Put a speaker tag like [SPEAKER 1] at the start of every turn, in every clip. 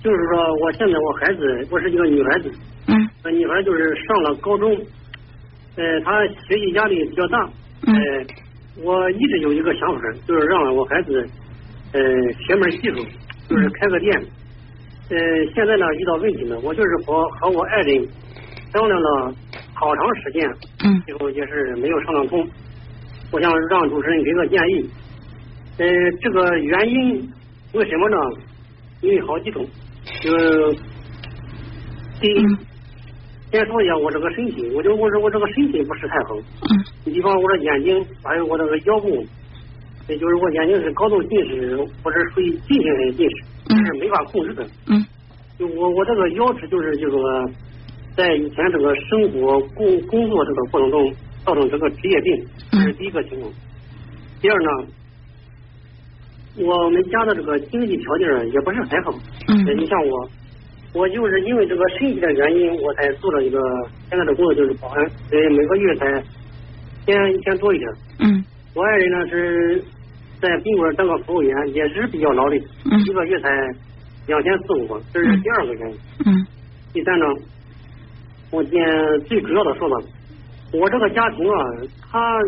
[SPEAKER 1] 就是说，我现在我孩子，我是一个女孩子，
[SPEAKER 2] 嗯
[SPEAKER 1] 那女孩就是上了高中，呃，她学习压力比较大，
[SPEAKER 2] 嗯
[SPEAKER 1] 呃，我一直有一个想法，就是让我孩子，呃，学门技术，就是开个店，呃，现在呢遇到问题呢，我就是和和我爱人商量了好长时间，
[SPEAKER 2] 嗯
[SPEAKER 1] 最后也是没有商量通。我想让主持人给个建议，呃，这个原因为什么呢？因为好几种，就是第一，
[SPEAKER 2] 嗯
[SPEAKER 1] 先说一下我这个身体，我就我这我这个身体不是太好，
[SPEAKER 2] 嗯
[SPEAKER 1] 你比方我这眼睛，还有我这个腰部，也就是我眼睛是高度近视，或者属于近视的近视，这是没法控制的。
[SPEAKER 2] 嗯
[SPEAKER 1] 就我我这个腰椎就是就是说，在以前这个生活工工作这个过程中造成这个职业病，这是第一个情况。第二呢，我们家的这个经济条件也不是很好。呃你
[SPEAKER 2] 嗯
[SPEAKER 1] 像我，我就是因为这个身体的原因，我才做了一个现在的工作就是保安，所以每个月才千一千多一点。
[SPEAKER 2] 嗯
[SPEAKER 1] 我爱人呢是在宾馆当个服务员，也是比较劳累，
[SPEAKER 2] 嗯
[SPEAKER 1] 一个月才两千四五吧，这是第二个原因。
[SPEAKER 2] 嗯
[SPEAKER 1] 第三呢，我今天最主要的说吧，我这个家庭啊，它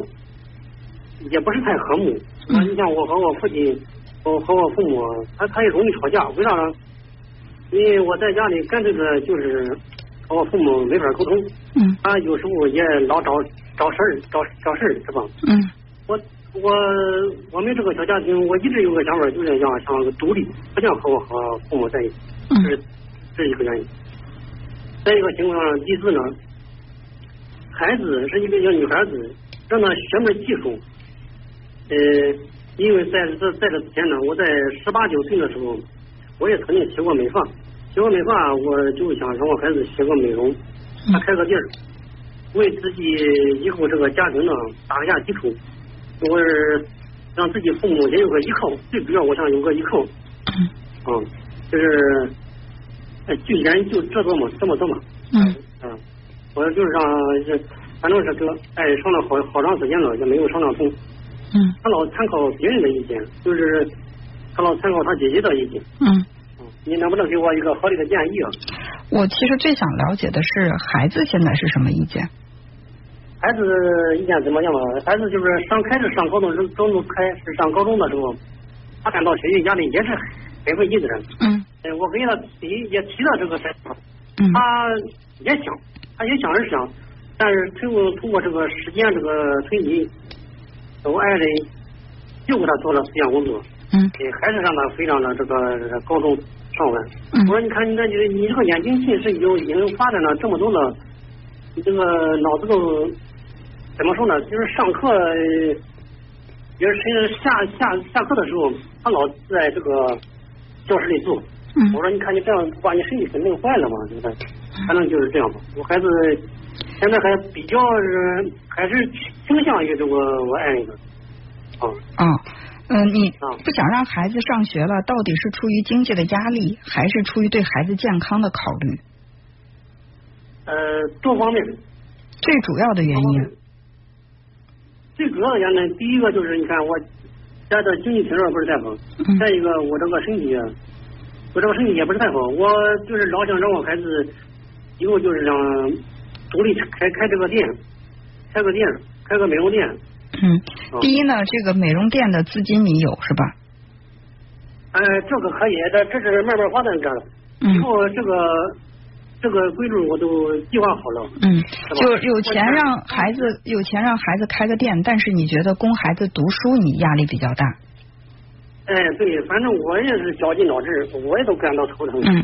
[SPEAKER 1] 也不是太和睦。
[SPEAKER 2] 嗯
[SPEAKER 1] 啊你像我和我父亲，我和我父母，他他也容易吵架，为啥呢？因为我在家里干这个就是和我父母没法沟通，
[SPEAKER 2] 嗯
[SPEAKER 1] 他有时候也老找找事儿，找找事儿是吧？
[SPEAKER 2] 嗯
[SPEAKER 1] 我我我们这个小家庭，我一直有个想法，就是要想独立，不想和我和父母在一起。这
[SPEAKER 2] 嗯
[SPEAKER 1] 是这是一个原因。再一个情况，第四呢，孩子是一个一个女孩子，让她学门技术，呃，因为在这在这之前呢，我在十八九岁的时候，我也曾经学过美发，学过美发，我就想让我孩子学个美容，
[SPEAKER 2] 嗯
[SPEAKER 1] 他开个店儿，为自己以后这个家庭呢打下基础，我是让自己父母也有个依靠，最主要我想有个依靠，嗯，就是，呃，就研究这个嘛，这么这么，
[SPEAKER 2] 嗯
[SPEAKER 1] 嗯，我就是让，是反正是跟爱人商量好好长时间了，也没有商量通。
[SPEAKER 2] 嗯
[SPEAKER 1] 他老参考别人的意见，就是他老参考他姐姐的意见。
[SPEAKER 2] 嗯。
[SPEAKER 1] 嗯，你能不能给我一个合理的建议啊？
[SPEAKER 2] 我其实最想了解的是孩子现在是什么意见。
[SPEAKER 1] 孩子意见怎么样啊？孩子就是上开始上高中时，中中开始上高中的时候，他感到学习压力也是很费劲的。
[SPEAKER 2] 嗯
[SPEAKER 1] 呃我给他提也提了这个事儿。
[SPEAKER 2] 嗯
[SPEAKER 1] 他也想，他也想是想，但是通过通过这个时间这个推移，我爱人又给他做了思想工作，
[SPEAKER 2] 嗯
[SPEAKER 1] 也还是让他回到了这个高中上完。
[SPEAKER 2] 嗯
[SPEAKER 1] 我说你看你这你你这个眼睛近视以后已经发展了这么多了，你这个脑子都怎么说呢？就是上课，呃比如谁下下下课的时候，他老在这个教室里坐。
[SPEAKER 2] 嗯嗯
[SPEAKER 1] 我说你看你这样把你身体给弄坏了嘛，对不对？反正就是这样吧。我孩子现在还比较是还是倾向于这个我爱人的，啊，
[SPEAKER 2] 哦。嗯，你
[SPEAKER 1] 啊
[SPEAKER 2] 不想让孩子上学了，到底是出于经济的压力，还是出于对孩子健康的考虑？
[SPEAKER 1] 呃，多方面。
[SPEAKER 2] 最主要的原因。
[SPEAKER 1] 哦最主要的原因，第一个就是你看我家的经济条件不是太好，
[SPEAKER 2] 嗯
[SPEAKER 1] 再一个我这个身体，啊，我这个身体也不是太好，我就是老想让我孩子以后就是想独立开开这个店，开个店，开个美容店，
[SPEAKER 2] 嗯，
[SPEAKER 1] 哦
[SPEAKER 2] 第一呢，这个美容店的资金你有是吧？
[SPEAKER 1] 呃，这个可以，这这是慢慢发展着的。以
[SPEAKER 2] 嗯
[SPEAKER 1] 后这个这个规律我都计划好了。
[SPEAKER 2] 嗯，
[SPEAKER 1] 吧
[SPEAKER 2] 就有钱让孩子有钱让孩子开个店，但是你觉得供孩子读书你压力比较大。
[SPEAKER 1] 哎，对，反正我也是绞尽脑汁，我也都感到头疼。
[SPEAKER 2] 嗯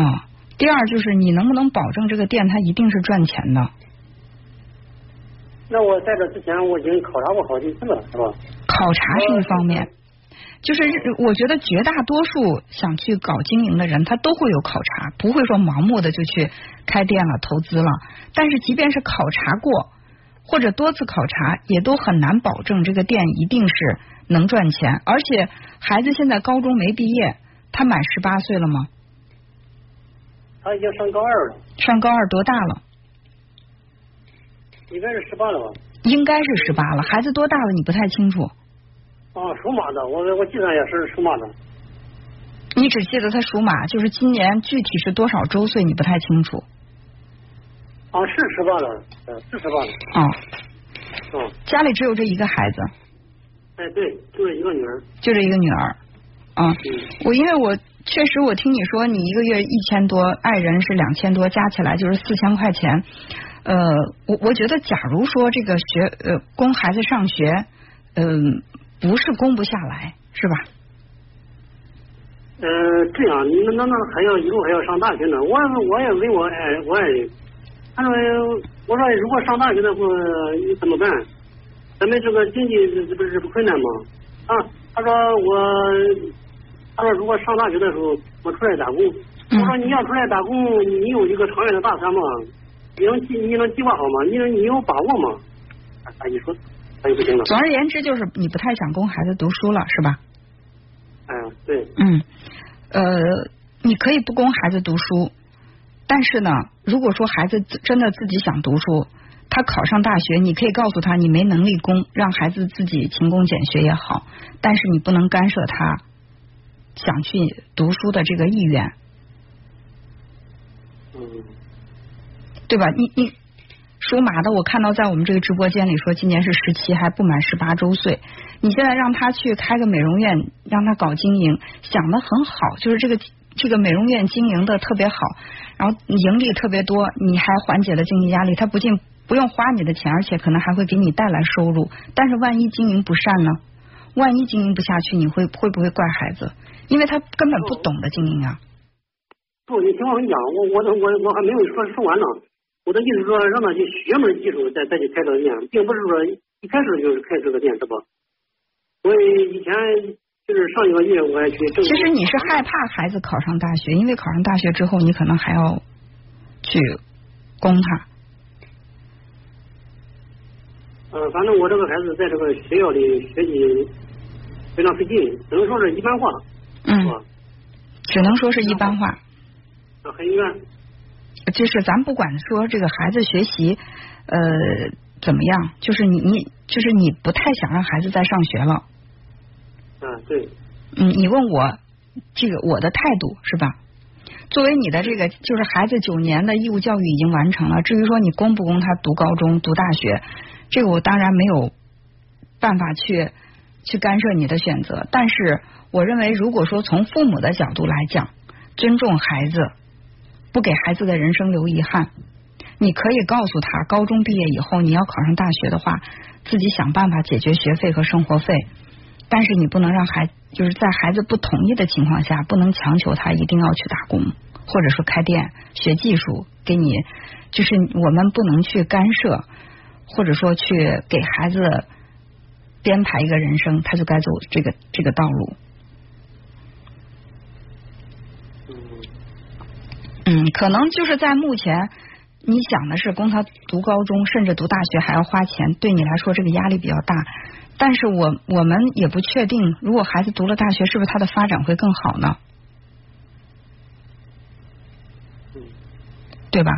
[SPEAKER 2] 哦，第二就是你能不能保证这个店它一定是赚钱的？
[SPEAKER 1] 那我在这之前我已经考察过好几次了，是吧？
[SPEAKER 2] 考察是一方面，就是我觉得绝大多数想去搞经营的人，他都会有考察，不会说盲目的就去开店了、投资了。但是即便是考察过，或者多次考察，也都很难保证这个店一定是能赚钱。而且孩子现在高中没毕业，他满十八岁了吗？
[SPEAKER 1] 他已经上高二了，
[SPEAKER 2] 上高二多大了？
[SPEAKER 1] 应该是十八了吧？
[SPEAKER 2] 应该是十八了。孩子多大了？你不太清楚。
[SPEAKER 1] 啊，属马的，我我计算也是属马的。
[SPEAKER 2] 你你只记得他属马，就是今年具体是多少周岁你不太清楚。
[SPEAKER 1] 哦，是十八了，嗯，是十八了，
[SPEAKER 2] 哦，
[SPEAKER 1] 嗯，
[SPEAKER 2] 家里只有这一个孩子，
[SPEAKER 1] 哎，对，就是一个女儿，
[SPEAKER 2] 就这一个女儿。啊、
[SPEAKER 1] 嗯，
[SPEAKER 2] 我因为我确实我听你说你一个月一千多，爱人是两千多，加起来就是四千块钱。呃，我我觉得，假如说这个学呃供孩子上学，嗯、不是供不下来，是吧？
[SPEAKER 1] 呃，这样，你那那那还要以后还要上大学呢？我我也问我爱我爱人，他说我说如果上大学的话你怎么办？咱们这个经济这不是困难吗？啊，他说我，他说如果上大学的时候我出来打工，
[SPEAKER 2] 嗯
[SPEAKER 1] 我说你要出来打工，你有一个长远的大plan吗？你能计你能计划好吗？你能你有把握吗？啊，他一说他就不行了。
[SPEAKER 2] 总而言之，就是你不太想供孩子读书了，是吧？
[SPEAKER 1] 嗯，对，
[SPEAKER 2] 嗯，呃，你可以不供孩子读书，但是呢，如果说孩子自真的自己想读书，他考上大学，你可以告诉他你没能力供，让孩子自己勤工俭学也好，但是你不能干涉他想去读书的这个意愿，
[SPEAKER 1] 嗯，
[SPEAKER 2] 对吧？你你属马的，我看到在我们这个直播间里说今年是十七，还不满十八周岁。你现在让他去开个美容院，让他搞经营，想的很好，就是这个这个美容院经营的特别好，然后盈利特别多，你还缓解了经济压力。他不仅不用花你的钱，而且可能还会给你带来收入。但是万一经营不善呢？万一经营不下去，你会会不会怪孩子？因为他根本不懂得经营啊。
[SPEAKER 1] 不，你听我跟你讲，我我都我我还没有说说完呢。我的意思是说，让他去学门技术，再再去开这个店，并不是说一开始就是开这个店，是吧？我以前就是上一个月我还去正。
[SPEAKER 2] 其实你是害怕孩子考上大学，因为考上大学之后，你可能还要去供他。
[SPEAKER 1] 呃，反正我这个孩子在这个学校里学习非常费劲，只能说是一般化，是吧
[SPEAKER 2] 嗯，？只能说是一般化。
[SPEAKER 1] 啊，很一般。
[SPEAKER 2] 就是咱不管说这个孩子学习，呃，怎么样，就是你你就是你不太想让孩子再上学了。
[SPEAKER 1] 啊，对，
[SPEAKER 2] 嗯，你问我这个我的态度是吧？作为你的这个就是孩子九年的义务教育已经完成了，至于说你供不供他读高中、读大学，这个我当然没有办法去去干涉你的选择。但是我认为，如果说从父母的角度来讲，尊重孩子，不给孩子的人生留遗憾，你可以告诉他，高中毕业以后你要考上大学的话，自己想办法解决学费和生活费。但是你不能让孩，就是在孩子不同意的情况下，不能强求他一定要去打工，或者说开店、学技术，给你就是我们不能去干涉，或者说去给孩子编排一个人生，他就该走这个这个道路。
[SPEAKER 1] 嗯，
[SPEAKER 2] 嗯，可能就是在目前，你想的是供他读高中，甚至读大学还要花钱，对你来说这个压力比较大。但是我我们也不确定，如果孩子读了大学，是不是他的发展会更好呢？
[SPEAKER 1] 嗯
[SPEAKER 2] 对吧？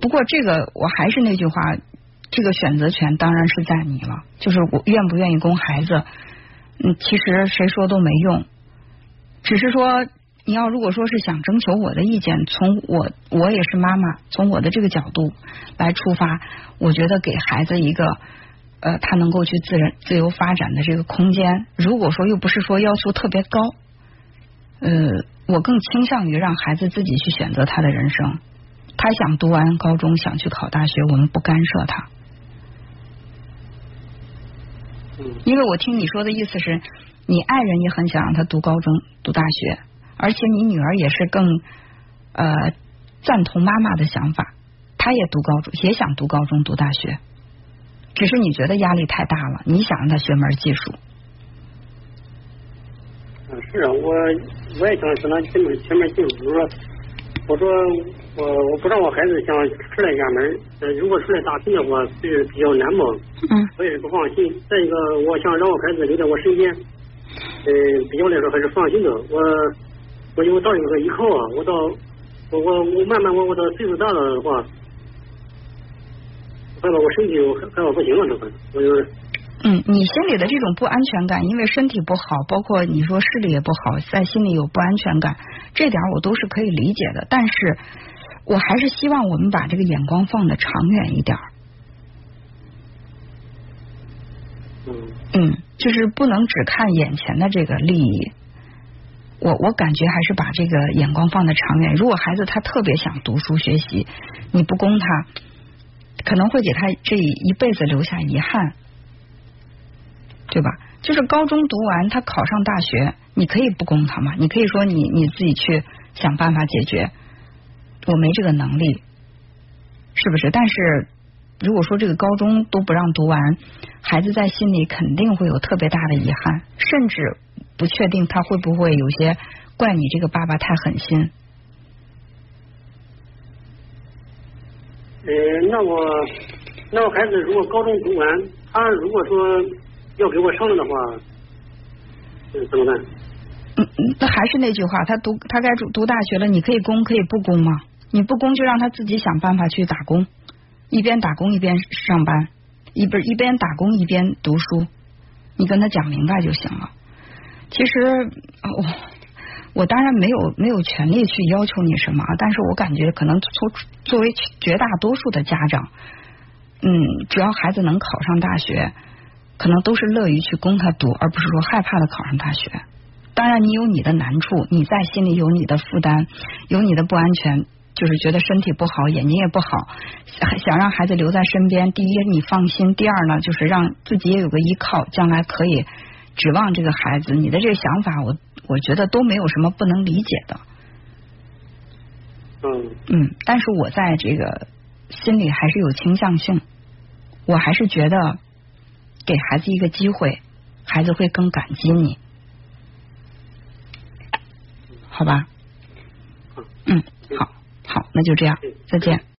[SPEAKER 2] 不过这个我还是那句话，这个选择权当然是在你了，就是我愿不愿意供孩子，嗯，其实谁说都没用，只是说你要如果说是想征求我的意见，从我我也是妈妈，从我的这个角度来出发，我觉得给孩子一个。呃，他能够去自然自由发展的这个空间，如果说又不是说要求特别高，呃，我更倾向于让孩子自己去选择他的人生。他想读完高中，想去考大学，我们不干涉他。
[SPEAKER 1] 嗯，
[SPEAKER 2] 因为我听你说的意思是，你爱人也很想让他读高中、读大学，而且你女儿也是更呃赞同妈妈的想法，她也读高中，也想读高中、读大学，只是你觉得压力太大了，你想让她学门技术。
[SPEAKER 1] 嗯，是啊，我我也想让他前面前面进入，比如说，我说我我不让我孩子想出来一下门儿，呃，如果出来打拼的话是比较难嘛，
[SPEAKER 2] 嗯
[SPEAKER 1] 我也是不放心。再一个，我想让我孩子留在我身边，嗯、比较来说还是放心的。我我有到有个依靠啊，我到我我我慢慢我我到岁数大了的话，害怕我身体我害怕我不行了，这会我就是
[SPEAKER 2] 嗯，你心里的这种不安全感，因为身体不好，包括你说视力也不好，在心里有不安全感，这点我都是可以理解的。但是，我还是希望我们把这个眼光放得长远一点儿。
[SPEAKER 1] 嗯
[SPEAKER 2] 嗯，就是不能只看眼前的这个利益。我我感觉还是把这个眼光放得长远。如果孩子他特别想读书学习，你不供他，可能会给他这一辈子留下遗憾，对吧？就是高中读完，他考上大学，你可以不供他嘛？你可以说你你自己去想办法解决，我没这个能力，是不是？但是如果说这个高中都不让读完，孩子在心里肯定会有特别大的遗憾，甚至不确定他会不会有些怪你这个爸爸太狠心。
[SPEAKER 1] 呃，那我那我孩子如果高中读完，他如果说要给我生了的话，嗯，怎么办？
[SPEAKER 2] 嗯，嗯那还是那句话，他读他该读读大学了，你可以供可以不供吗？你不供就让他自己想办法去打工，一边打工一边上班，一边一边打工一边读书，你跟他讲明白就行了。其实呃我我当然没有没有权利去要求你什么啊，但是我感觉可能从作为绝大多数的家长，嗯，只要孩子能考上大学，可能都是乐于去供他读，而不是说害怕的考上大学。当然，你有你的难处，你在心里有你的负担，有你的不安全，就是觉得身体不好，眼睛也不好，想想让孩子留在身边。第一，你放心；第二呢，就是让自己也有个依靠，将来可以指望这个孩子。你的这个想法，我我觉得都没有什么不能理解的。
[SPEAKER 1] 嗯
[SPEAKER 2] 嗯，但是我在这个心里还是有倾向性，我还是觉得给孩子一个机会，孩子会更感激你，好吧？嗯，好，好，那就这样
[SPEAKER 1] 嗯，
[SPEAKER 2] 再见。